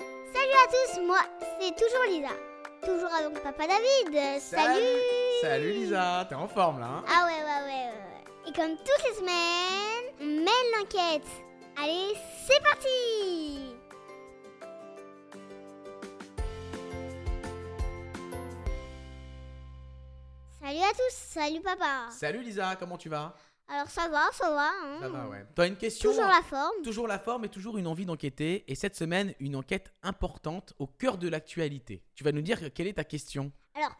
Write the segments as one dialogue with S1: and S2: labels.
S1: à tous, moi c'est toujours Lisa. Toujours avec papa David. Salut
S2: Salut Lisa, t'es en forme là hein
S1: Ah ouais, ouais, ouais, ouais. Et comme toutes les semaines, on mène l'enquête. Allez, c'est parti Salut à tous, salut papa.
S2: Salut Lisa, comment tu vas
S1: Alors ça va, ça va. hein.
S2: Ça va, ouais. T'as une question
S1: Toujours la forme.
S2: Toujours la forme et toujours une envie d'enquêter. Et cette semaine, une enquête importante au cœur de l'actualité. Tu vas nous dire quelle est ta question
S1: Alors,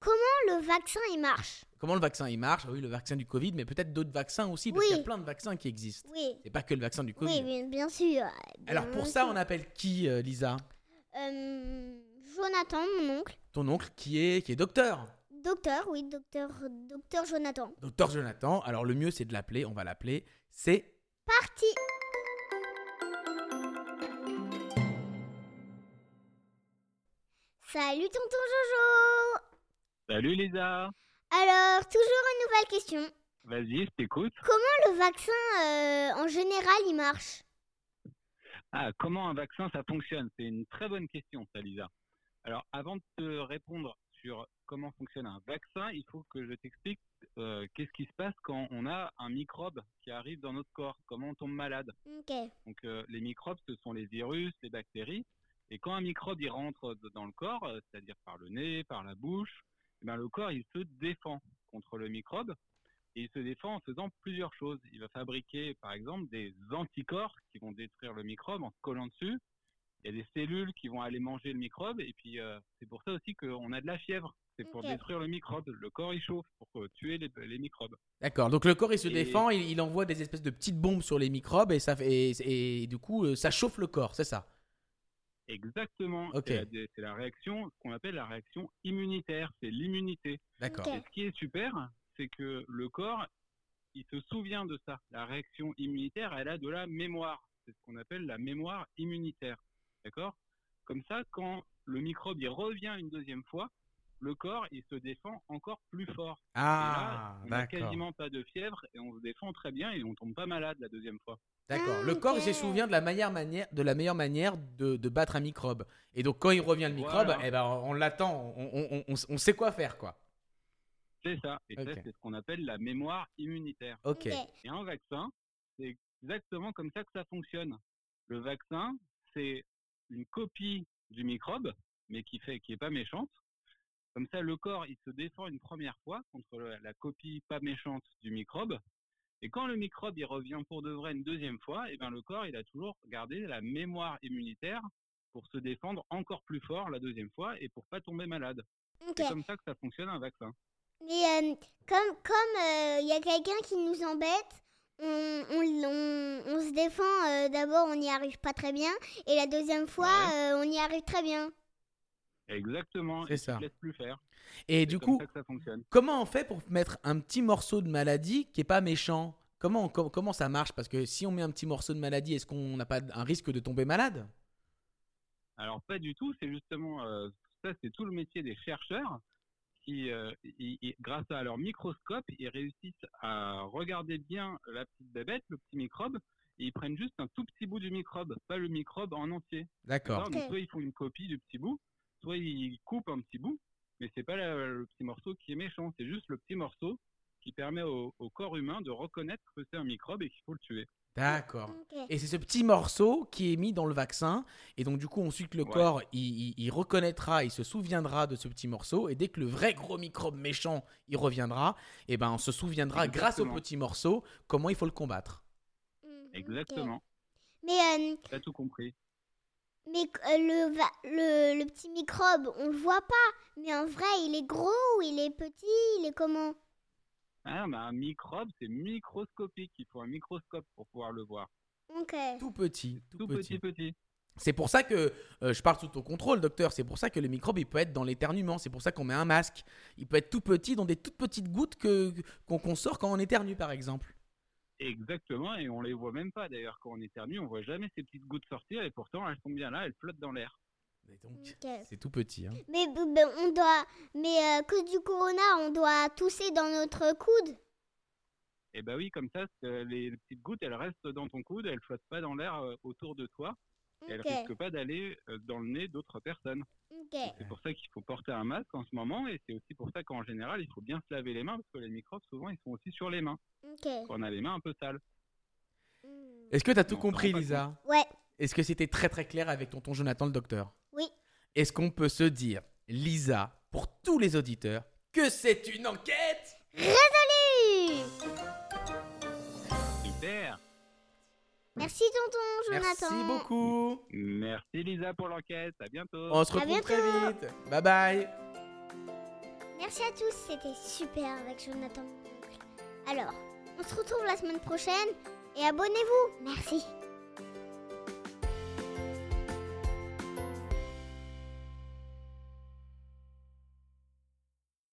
S1: comment le vaccin il marche
S2: Comment le vaccin il marche Ah Oui, le vaccin du Covid, mais peut-être d'autres vaccins aussi, parce
S1: Oui.
S2: qu'il y a plein de vaccins qui existent.
S1: Oui,
S2: C'est pas que le vaccin du Covid.
S1: oui, bien, bien sûr.
S2: Alors pour ça, on appelle qui, euh, Lisa
S1: a... Euh, Jonathan, mon oncle.
S2: Ton oncle qui est, qui est docteur.
S1: Docteur, oui, docteur, docteur Jonathan.
S2: Docteur Jonathan. Alors le mieux, c'est de l'appeler. On va l'appeler. C'est
S1: Parti Salut tonton Jojo
S3: Salut Lisa,
S1: Alors, toujours une nouvelle question.
S3: vas-y, je t'écoute.
S1: Comment le vaccin, euh, en général, il marche
S3: Ah, comment un vaccin ça fonctionne C'est une très bonne question, ça, Lisa. Alors, avant de te répondre sur comment fonctionne un vaccin, il faut que je t'explique euh, qu'est-ce qui se passe quand on a un microbe qui arrive dans notre corps, comment on tombe malade.
S1: Ok.
S3: Donc, euh, les microbes, ce sont les virus, les bactéries. Et quand un microbe il rentre d- dans le corps, euh, c'est-à-dire par le nez, par la bouche, eh ben, le corps il se défend contre le microbe. Et il se défend en faisant plusieurs choses. Il va fabriquer, par exemple, des anticorps qui vont détruire le microbe en se collant dessus. Il y a des cellules qui vont aller manger le microbe. Et puis, euh, c'est pour ça aussi qu'on a de la fièvre. C'est pour
S1: Ok.
S3: détruire le microbe. Le corps, il chauffe pour euh, tuer les- les microbes.
S2: D'accord, donc le corps il se
S3: Et-
S2: défend, il, il envoie des espèces de petites bombes sur les microbes et, ça, fait- et, et du coup euh, ça chauffe le corps, c'est ça
S3: Exactement.
S2: Ok.
S3: C'est la- C'est la, réaction, ce qu'on appelle la réaction immunitaire. C'est l'immunité.
S2: D'accord.
S1: Ok.
S3: Et ce qui est super, c'est que le corps, il se souvient de ça. La réaction immunitaire, elle a de la mémoire. C'est ce qu'on appelle la mémoire immunitaire. D'accord Comme ça, quand le microbe il revient une deuxième fois, le corps, il se défend encore plus fort.
S2: Ah,
S3: et là, on n'a
S2: d'accord.
S3: quasiment pas de fièvre et on se défend très bien et on tombe pas malade la deuxième fois.
S2: D'accord.
S1: Ah,
S2: Le corps il se
S1: ok.
S2: souvient de la, manière, manière, de la meilleure manière de, de battre un microbe. Et donc quand il revient le microbe,
S3: Voilà.
S2: eh ben, on, on l'attend, on, on- on- on sait quoi faire quoi.
S3: C'est ça. Et
S2: Ok.
S3: ça, c'est ce qu'on appelle la mémoire immunitaire.
S2: Ok.
S3: Et un vaccin, c'est exactement comme ça que ça fonctionne. Le vaccin, c'est une copie du microbe, mais qui fait qui est pas méchante. Comme ça, le corps, il se défend une première fois contre le- la copie pas méchante du microbe. Et quand le microbe il revient pour de vrai une deuxième fois, et ben le corps il a toujours gardé la mémoire immunitaire pour se défendre encore plus fort la deuxième fois et pour pas tomber malade.
S1: Ok.
S3: C'est comme ça que ça fonctionne un vaccin.
S1: Mais euh, comme comme euh, il y a quelqu'un qui nous embête, on, on, on- on se défend. euh, D'abord, on n'y arrive pas très bien. Et la deuxième fois,
S3: Ouais.
S1: euh, on y arrive très bien.
S3: Exactement.
S2: C'est
S3: Et tu te
S2: ça.
S3: laisses plus faire.
S2: Et
S3: C'est
S2: du
S3: comme
S2: coup,
S3: ça que ça fonctionne.
S2: comment on fait pour mettre un petit morceau de maladie qui est pas méchant comment, on- com- comment ça marche Parce que si on met un petit morceau de maladie, est-ce qu'on n'a pas un risque de tomber malade
S3: Alors pas du tout, c'est justement euh, ça, c'est tout le métier des chercheurs qui, euh, ils- ils- grâce à leur microscope, ils réussissent à regarder bien la petite babette, le petit microbe, et ils prennent juste un tout petit bout du microbe, pas le microbe en entier.
S2: D'accord.
S3: D'accord Donc
S1: Ok.
S3: soit ils font une copie du petit bout, soit ils coupent un petit bout, mais c'est pas la- le petit morceau qui est méchant, c'est juste le petit morceau qui permet au, au corps humain de reconnaître que c'est un microbe et qu'il faut le tuer.
S2: D'accord.
S1: Ok.
S2: Et c'est ce petit morceau qui est mis dans le vaccin. Et donc, du coup, ensuite, le
S3: Ouais.
S2: corps, il, il- il reconnaîtra, il se souviendra de ce petit morceau. Et dès que le vrai gros microbe méchant, il reviendra, et ben, on se souviendra, grâce au
S3: Exactement.
S2: petit morceau, comment il faut le combattre.
S1: Mhm, ok.
S3: Exactement,
S1: Mais euh,
S3: t'as tout compris.
S1: mais euh, le, va- le le petit microbe, on le voit pas. Mais en vrai, il est gros ou il est petit, il est comment
S3: Ah, bah, un microbe, c'est microscopique. Il faut un microscope pour pouvoir le voir.
S1: Ok.
S2: Tout petit, tout,
S3: Tout
S2: petit.
S3: petit, petit.
S2: C'est pour ça que euh, je parle sous ton contrôle, docteur. C'est pour ça que le microbe, il peut être dans l'éternuement. C'est pour ça qu'on met un masque. Il peut être tout petit dans des toutes petites gouttes que- qu'on qu'on sort quand on éternue, par exemple.
S3: Exactement, et on les voit même pas. D'ailleurs, quand on éternue, on voit jamais ces petites gouttes sortir, et pourtant, elles sont bien là, elles flottent dans l'air.
S2: Et donc,
S1: Ok.
S2: c'est tout petit. hein.
S1: Mais b- ben, on doit mais euh, que du corona, on doit tousser dans notre coude.
S3: Et bah oui, comme ça, c'est- les petites gouttes, elles restent dans ton coude, elles flottent pas dans l'air euh, autour de toi.
S1: Ok.
S3: et elle risque pas d'aller euh, dans le nez d'autres personnes.
S1: Ok.
S3: Et C'est pour ça qu'il faut porter un masque en ce moment et c'est aussi pour ça qu'en général, il faut bien se laver les mains parce que les microbes, souvent, ils sont aussi sur les mains.
S1: Ok.
S3: On a les mains un peu sales.
S1: Mm.
S2: Est-ce que t'as tout
S3: Non,
S2: compris,
S3: pas compris.
S2: Lisa
S1: Ouais.
S2: Est-ce que c'était très très clair avec tonton Jonathan le docteur
S1: Oui.
S2: Est-ce qu'on peut se dire, Lisa, pour tous les auditeurs, que c'est une enquête
S1: Salut
S3: Super
S1: Merci tonton Jonathan.
S2: Merci beaucoup.
S3: Merci Lisa pour l'enquête. À bientôt.
S2: On se
S1: À
S2: retrouve très
S1: bientôt.
S2: vite. Bye bye.
S1: Merci à tous, c'était super avec Jonathan. Alors, on se retrouve la semaine prochaine et abonnez-vous. Merci.